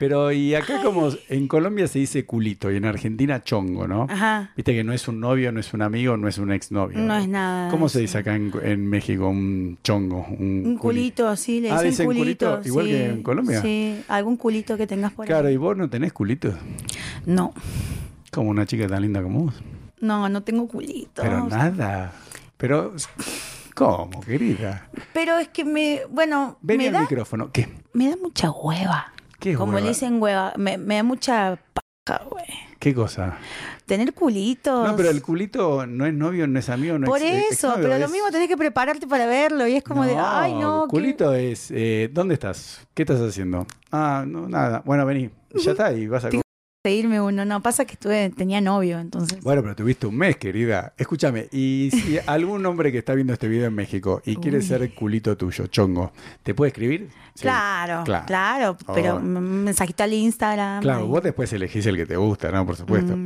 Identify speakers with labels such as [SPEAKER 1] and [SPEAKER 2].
[SPEAKER 1] Pero y acá como en Colombia se dice culito y en Argentina chongo, ¿no?
[SPEAKER 2] Ajá.
[SPEAKER 1] Viste que no es un novio, no es un amigo, no es un exnovio.
[SPEAKER 2] Ah. No es nada.
[SPEAKER 1] ¿Cómo se
[SPEAKER 2] sí.
[SPEAKER 1] dice acá en, en México un chongo? Un,
[SPEAKER 2] Un
[SPEAKER 1] culi-
[SPEAKER 2] culito, sí, le
[SPEAKER 1] Ah,
[SPEAKER 2] dicen,
[SPEAKER 1] ¿dicen culito?
[SPEAKER 2] culito.
[SPEAKER 1] Igual
[SPEAKER 2] sí,
[SPEAKER 1] que en Colombia.
[SPEAKER 2] Sí, algún culito que tengas por
[SPEAKER 1] Claro,
[SPEAKER 2] ahí.
[SPEAKER 1] y vos no tenés culito.
[SPEAKER 2] No,
[SPEAKER 1] Como una chica tan linda como vos.
[SPEAKER 2] no, no tengo culito.
[SPEAKER 1] Pero nada. Pero, ¿cómo, querida?
[SPEAKER 2] Pero es que me, bueno,
[SPEAKER 1] Ven
[SPEAKER 2] me
[SPEAKER 1] al
[SPEAKER 2] da,
[SPEAKER 1] micrófono. ¿Qué?
[SPEAKER 2] me da mucha hueva.
[SPEAKER 1] ¿Qué
[SPEAKER 2] Como
[SPEAKER 1] hueva?
[SPEAKER 2] le dicen hueva, me, me da mucha paja, güey.
[SPEAKER 1] ¿Qué cosa?
[SPEAKER 2] Tener culitos.
[SPEAKER 1] No, pero el culito no es novio, no es amigo, no
[SPEAKER 2] Por
[SPEAKER 1] es eh,
[SPEAKER 2] eso,
[SPEAKER 1] exnovio,
[SPEAKER 2] pero lo
[SPEAKER 1] es-
[SPEAKER 2] mismo tenés que prepararte para verlo y es como de, ay, no. qué-
[SPEAKER 1] Culito es, eh, ¿dónde estás? ¿Qué estás haciendo? Ah, no, nada. Bueno, vení. Ya está y vas a...
[SPEAKER 2] Te- pedirme uno. No, pasa que estuve, tenía novio, entonces.
[SPEAKER 1] Bueno, pero tuviste un mes, querida. Escúchame, y si algún hombre que está viendo este video en México y quiere
[SPEAKER 2] Uy.
[SPEAKER 1] ser culito tuyo, chongo, ¿te puede escribir? Sí.
[SPEAKER 2] claro,
[SPEAKER 1] claro.
[SPEAKER 2] claro,
[SPEAKER 1] Ahora.
[SPEAKER 2] pero mm, mensajito al Instagram.
[SPEAKER 1] Claro,
[SPEAKER 2] ahí.
[SPEAKER 1] vos después elegís el que te gusta, ¿no? Por supuesto.
[SPEAKER 2] Mm.